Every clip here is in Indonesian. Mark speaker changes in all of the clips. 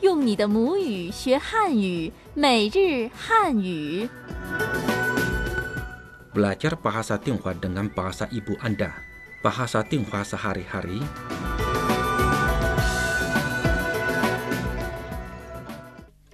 Speaker 1: 用你的母语学汉语，每日汉语。
Speaker 2: Belajar bahasa Tionghoa dengan bahasa ibu Anda. Bahasa Tionghoa sehari-hari.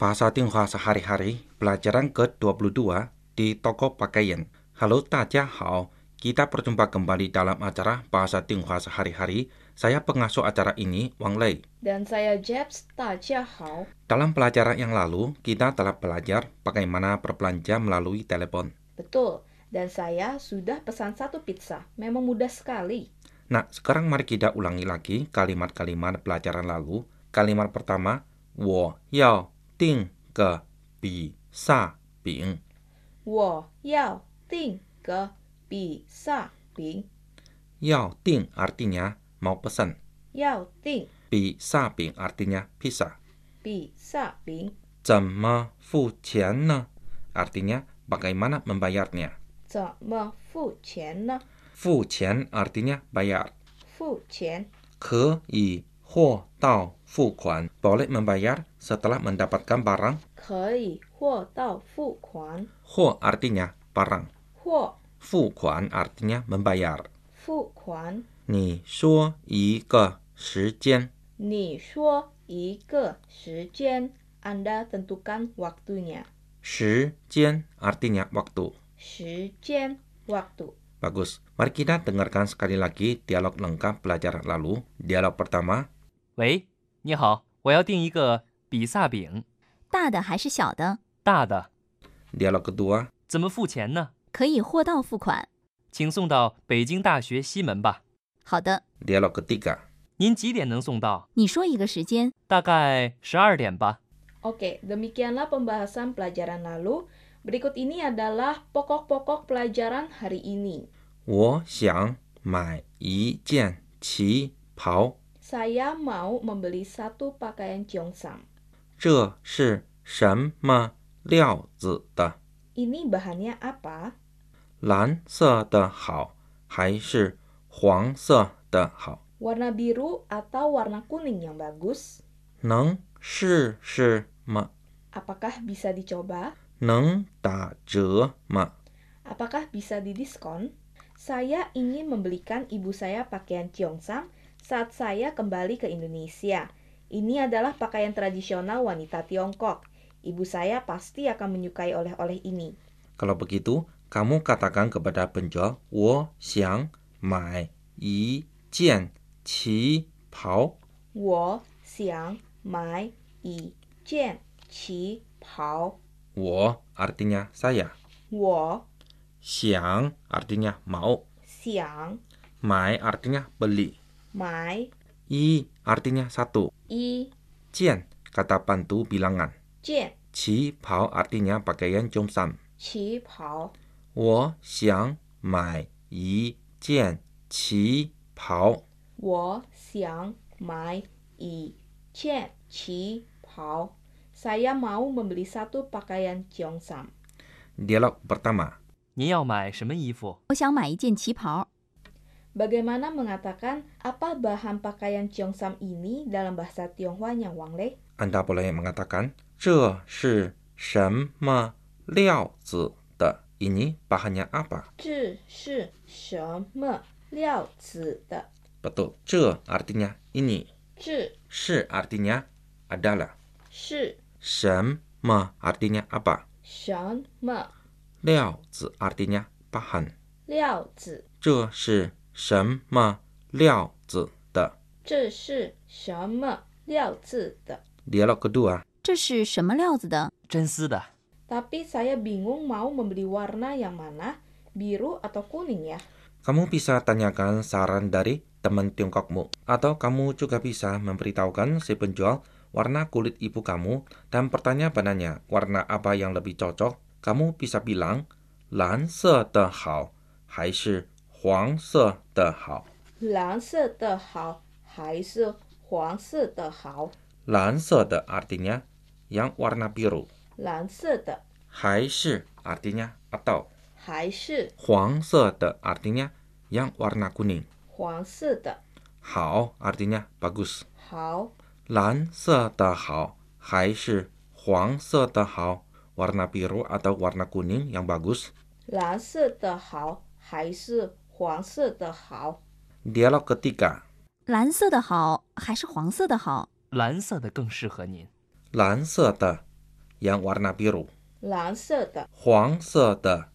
Speaker 2: 巴萨定华是哈里哈里，布拉加兰格多布鲁杜瓦的多个巴盖人。Halo 大家好，kita berjumpa kembali dalam acara Bahasa Tionghoa Sehari-hari. Saya pengasuh acara ini, Wang Lei.
Speaker 3: Dan saya Jeps, 大家好。
Speaker 2: Dalam pelajaran yang lalu, kita telah belajar bagaimana berbelanja melalui telepon.
Speaker 3: Betul. Dan saya sudah pesan satu pizza. Memang mudah sekali.
Speaker 2: Nah, sekarang mari kita ulangi lagi kalimat-kalimat pelajaran lalu. Kalimat pertama, 我要订个比萨饼。
Speaker 3: 我要订个比萨饼。
Speaker 2: 要订 artinya mau pesan.
Speaker 3: 要订
Speaker 2: Bisa bing artinya bisa.
Speaker 3: 比萨饼，
Speaker 2: 怎么付钱呢? Artinya bagaimana membayarnya.
Speaker 3: 怎么付钱呢？
Speaker 2: 付钱 artinya bayar.
Speaker 3: 付钱
Speaker 2: 可以货到付款 boleh membayar setelah mendapatkan barang.
Speaker 3: 可以货到付款，
Speaker 2: 货 artinya barang.
Speaker 3: 货
Speaker 2: 付款 artinya membayar.
Speaker 3: 付款。
Speaker 2: 你说一个时间。
Speaker 3: 你说一个时间，Anda tentukan waktunya.
Speaker 2: 时间 artinya waktu.
Speaker 3: 时间 waktu.
Speaker 2: Bagus. Mari kita dengarkan sekali lagi dialog lengkap pelajaran lalu. Dialog pertama,
Speaker 4: 喂，你好，我要订一个比萨饼，
Speaker 1: 大的还是小的，
Speaker 4: 大的，
Speaker 2: dialog kedua,
Speaker 4: 怎么付钱呢？
Speaker 1: 可以货到付款。
Speaker 4: 请送到北京大学西门吧。
Speaker 1: 好的，
Speaker 2: dialog ketiga,
Speaker 4: 您几点能送到？
Speaker 1: 你说一个时间。
Speaker 4: 大概十二点吧。
Speaker 3: Oke, demikianlah pembahasan pelajaran lalu. Berikut ini adalah pokok-pokok pelajaran hari ini.
Speaker 2: 我想买一件旗袍，
Speaker 3: Saya mau membeli satu pakaian Gyeongsam.
Speaker 2: 这是什么料子的？
Speaker 3: Ini bahannya apa?
Speaker 2: 蓝色的好还是黄色的好？
Speaker 3: Warna biru atau warna kuning yang bagus?
Speaker 2: 能试试吗？
Speaker 3: Apakah bisa dicoba?
Speaker 2: 能打折吗？
Speaker 3: Apakah bisa didiskon? Saya ingin membelikan ibu saya pakaian Gyeongsam saat saya kembali ke Indonesia. Ini adalah pakaian tradisional wanita Tiongkok. Ibu saya pasti akan menyukai oleh-oleh ini.
Speaker 2: Kalau begitu, kamu katakan kepada penjual, 我想买一件旗袍。
Speaker 3: 我想买一件旗袍。
Speaker 2: 我 artinya saya,
Speaker 3: 我
Speaker 2: 想 artinya mau,
Speaker 3: 想
Speaker 2: 买 artinya beli,
Speaker 3: 买
Speaker 2: i artinya satu,
Speaker 3: 一
Speaker 2: jian kata bantu bilangan,
Speaker 3: 件
Speaker 2: qi pao artinya pakaian jomsam.
Speaker 3: 旗袍。
Speaker 2: 我想买一件旗袍。
Speaker 3: 我想买一件旗袍。Saya mau membeli satu pakaian Gyeongsam.
Speaker 2: Dialog pertama,
Speaker 4: 您要买什么衣服？
Speaker 1: 我想买一件旗袍。
Speaker 3: Bagaimana mengatakan apa bahan pakaian Gyeongsam ini dalam bahasa Tionghoa-nya Wang Lei?
Speaker 2: Anda boleh mengatakan 这是什么料子的？Ini bahannya apa?
Speaker 3: 这是什么料子的？
Speaker 2: Betul. 这 artinya ini.
Speaker 3: 这
Speaker 2: Se artinya adalah.
Speaker 3: 是
Speaker 2: Sema artinya apa?
Speaker 3: 什么
Speaker 2: Liao zi artinya bahan.
Speaker 3: 料子？
Speaker 2: 这是什么料子的？
Speaker 3: 这是什么料子的
Speaker 2: Dialog kedua.
Speaker 1: 这是什么料子的？
Speaker 4: 真丝的。
Speaker 3: ？Tapi saya bingung mau membeli warna yang mana, biru atau kuning ya.
Speaker 2: Kamu bisa tanyakan saran dari teman Tiongkokmu. Atau kamu juga bisa memberitahukan si penjual warna kulit ibu kamu dan bertanya padanya warna apa yang lebih cocok. Kamu bisa bilang, 蓝色的好还是黄色的好?
Speaker 3: 蓝色的好还是黄色的好？
Speaker 2: 蓝色的 artinya yang warna biru.
Speaker 3: 蓝色的
Speaker 2: 还是 artinya atau
Speaker 3: 还是
Speaker 2: 黄色的 artinya yang warna kuning.
Speaker 3: 黄色的
Speaker 2: 好 artinya bagus.
Speaker 3: 好？
Speaker 2: 蓝色的好还是黄色的好？warna biru atau warna kuning yang bagus?
Speaker 3: 蓝色的好还是黄色的好？
Speaker 2: Dialog ketiga,
Speaker 1: 蓝色的好还是黄色的好？
Speaker 4: 蓝色的更适合您。
Speaker 2: 蓝色的 yang warna biru,
Speaker 3: 蓝色的、
Speaker 2: 黄色的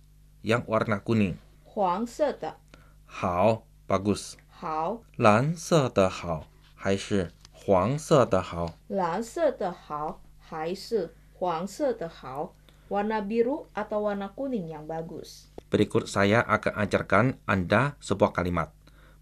Speaker 2: yang warna kuning.
Speaker 3: 黄色的
Speaker 2: 好，bagus。
Speaker 3: 好，
Speaker 2: 蓝色的好还是黄色的好？
Speaker 3: 蓝色的好还是黄色的好？Warna biru atau warna kuning yang bagus.
Speaker 2: Berikut saya akan ajarkan Anda sebuah kalimat.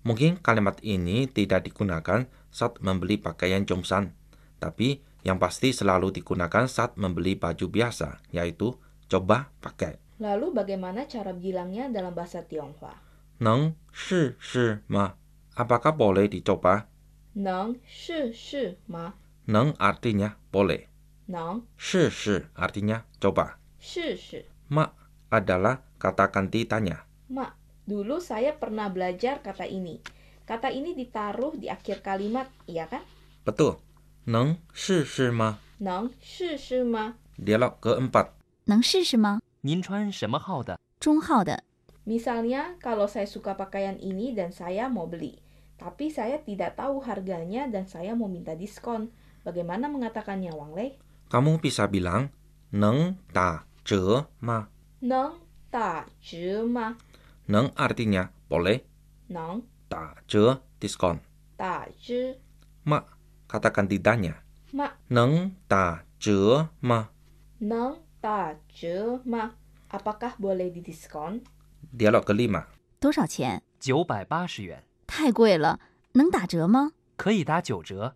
Speaker 2: Mungkin kalimat ini tidak digunakan saat membeli pakaian jomsan, tapi yang pasti selalu digunakan saat membeli baju biasa, yaitu coba pakai.
Speaker 3: Lalu bagaimana cara bilangnya dalam bahasa Tionghoa?
Speaker 2: Neng shi shi ma. Apakah boleh dicoba?
Speaker 3: Neng shi shi ma.
Speaker 2: Neng artinya boleh.
Speaker 3: Neng
Speaker 2: Shi shi artinya coba.
Speaker 3: shi shi
Speaker 2: Ma adalah kata ganti tanya.
Speaker 3: ma. Dulu saya pernah belajar kata ini. Kata ini ditaruh di akhir kalimat, iya kan?
Speaker 2: Betul. Neng shi shi ma.
Speaker 3: Neng shi shi ma.
Speaker 2: Dialog keempat.
Speaker 1: 能试试吗？
Speaker 4: 您穿什么号的？
Speaker 1: 中号的，
Speaker 3: Misalnya, kalau saya suka pakaian ini dan saya mau beli, tapi saya tidak tahu harganya dan saya mau minta diskon. Bagaimana mengatakannya, Wang Lei?
Speaker 2: Kamu bisa bilang neng ta je ma.
Speaker 3: Neng ta zhi ma.
Speaker 2: Neng artinya boleh,
Speaker 3: Neng
Speaker 2: ta je diskon.
Speaker 3: ta zhi
Speaker 2: Ma kata ganti tanya.
Speaker 3: ma.
Speaker 2: Neng ta je ma.
Speaker 3: Neng ta zhi ma. Apakah boleh didiskon?
Speaker 2: Dialog kelima.
Speaker 1: 多少钱？
Speaker 4: 九百八十元，
Speaker 1: 太贵了，能打折吗？
Speaker 4: 可以打九折。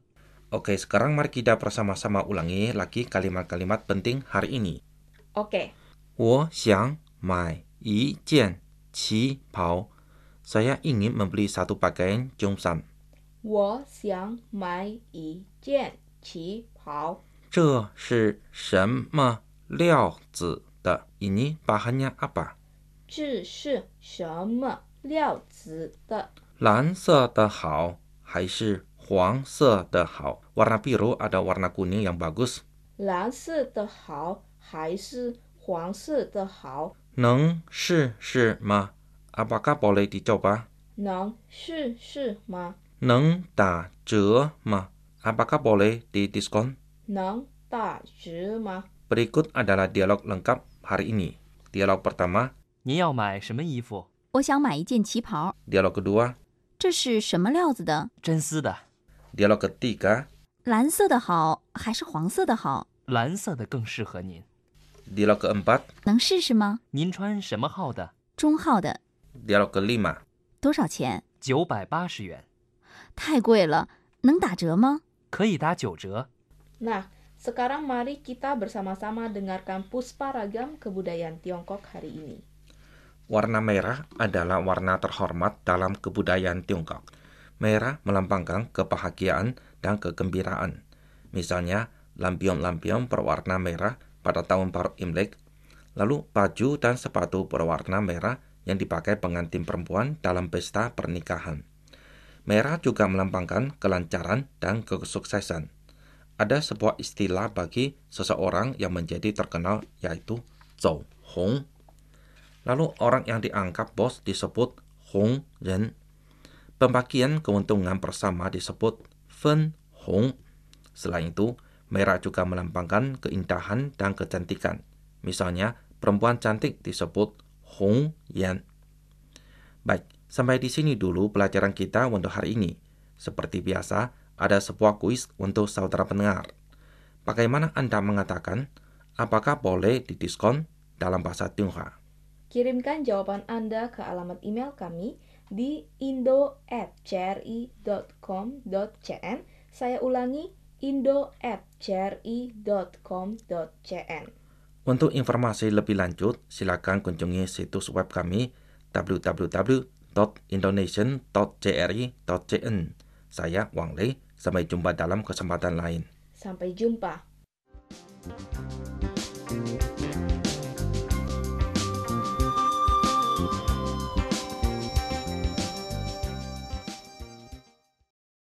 Speaker 2: Oke, sekarang mari kita bersama-sama ulangi lagi kalimat-kalimat penting hari ini.
Speaker 3: Oke,
Speaker 2: 我想买一件旗袍。Saya ingin membeli satu pakaian jomsan.
Speaker 3: 我想买一件旗袍。
Speaker 2: 这是什么料子的？Ini bahannya apa？
Speaker 3: 这是什么料子的？
Speaker 2: 蓝色的好还是黄色的好？Warna biru ada warna kuning yang bagus.
Speaker 3: 蓝色的好还是黄色的好？
Speaker 2: 能试试吗？Apakah boleh dicoba？
Speaker 3: 能试试吗？
Speaker 2: 能打折吗？Apakah boleh didiskon？
Speaker 3: 能打折吗？
Speaker 2: Berikut adalah dialog lengkap hari ini. Dialog pertama,
Speaker 4: 您要买什么衣服？
Speaker 1: 我想买一件旗袍，
Speaker 2: dialog kedua,
Speaker 1: 这是什么料子的？
Speaker 4: 真丝的，
Speaker 2: dialog ketiga,
Speaker 1: 蓝色的好还是黄色的好？
Speaker 4: 蓝色的更适合您。
Speaker 2: dialog keempat,
Speaker 1: 能试试吗？
Speaker 4: 您穿什么号的？
Speaker 1: 中号的，
Speaker 2: dialog kelima.
Speaker 1: 多少钱？
Speaker 4: 九百八十元，
Speaker 1: 太贵了，能打折吗？
Speaker 4: 可以打九折。
Speaker 3: Nah, sekarang mari kita bersama-sama dengarkan Puspa Ragam Kebudayaan Tiongkok hari ini.
Speaker 2: Warna merah adalah warna terhormat dalam kebudayaan Tiongkok. Merah melambangkan kebahagiaan dan kegembiraan. Misalnya, lampion-lampion berwarna merah pada tahun baru Imlek, lalu baju dan sepatu berwarna merah yang dipakai pengantin perempuan dalam pesta pernikahan. Merah juga melambangkan kelancaran dan kesuksesan. Ada sebuah istilah bagi seseorang yang menjadi terkenal yaitu Zhou Hong. Lalu orang yang dianggap bos disebut Hong Ren. Pembagian keuntungan bersama disebut Fen Hong. Selain itu, merah juga melambangkan keindahan dan kecantikan. Misalnya, perempuan cantik disebut Hong Yan. Baik, sampai di sini dulu pelajaran kita untuk hari ini. Seperti biasa, ada sebuah kuis untuk saudara pendengar. Bagaimana Anda mengatakan apakah boleh didiskon dalam bahasa Tionghoa?
Speaker 3: Kirimkan jawaban Anda ke alamat email kami di indo@cri.com.cn. Saya ulangi indo@cri.com.cn.
Speaker 2: Untuk informasi lebih lanjut, silakan kunjungi situs web kami www.indonesian.jri.cn. Saya Wang Lei, sampai jumpa dalam kesempatan lain.
Speaker 3: Sampai jumpa.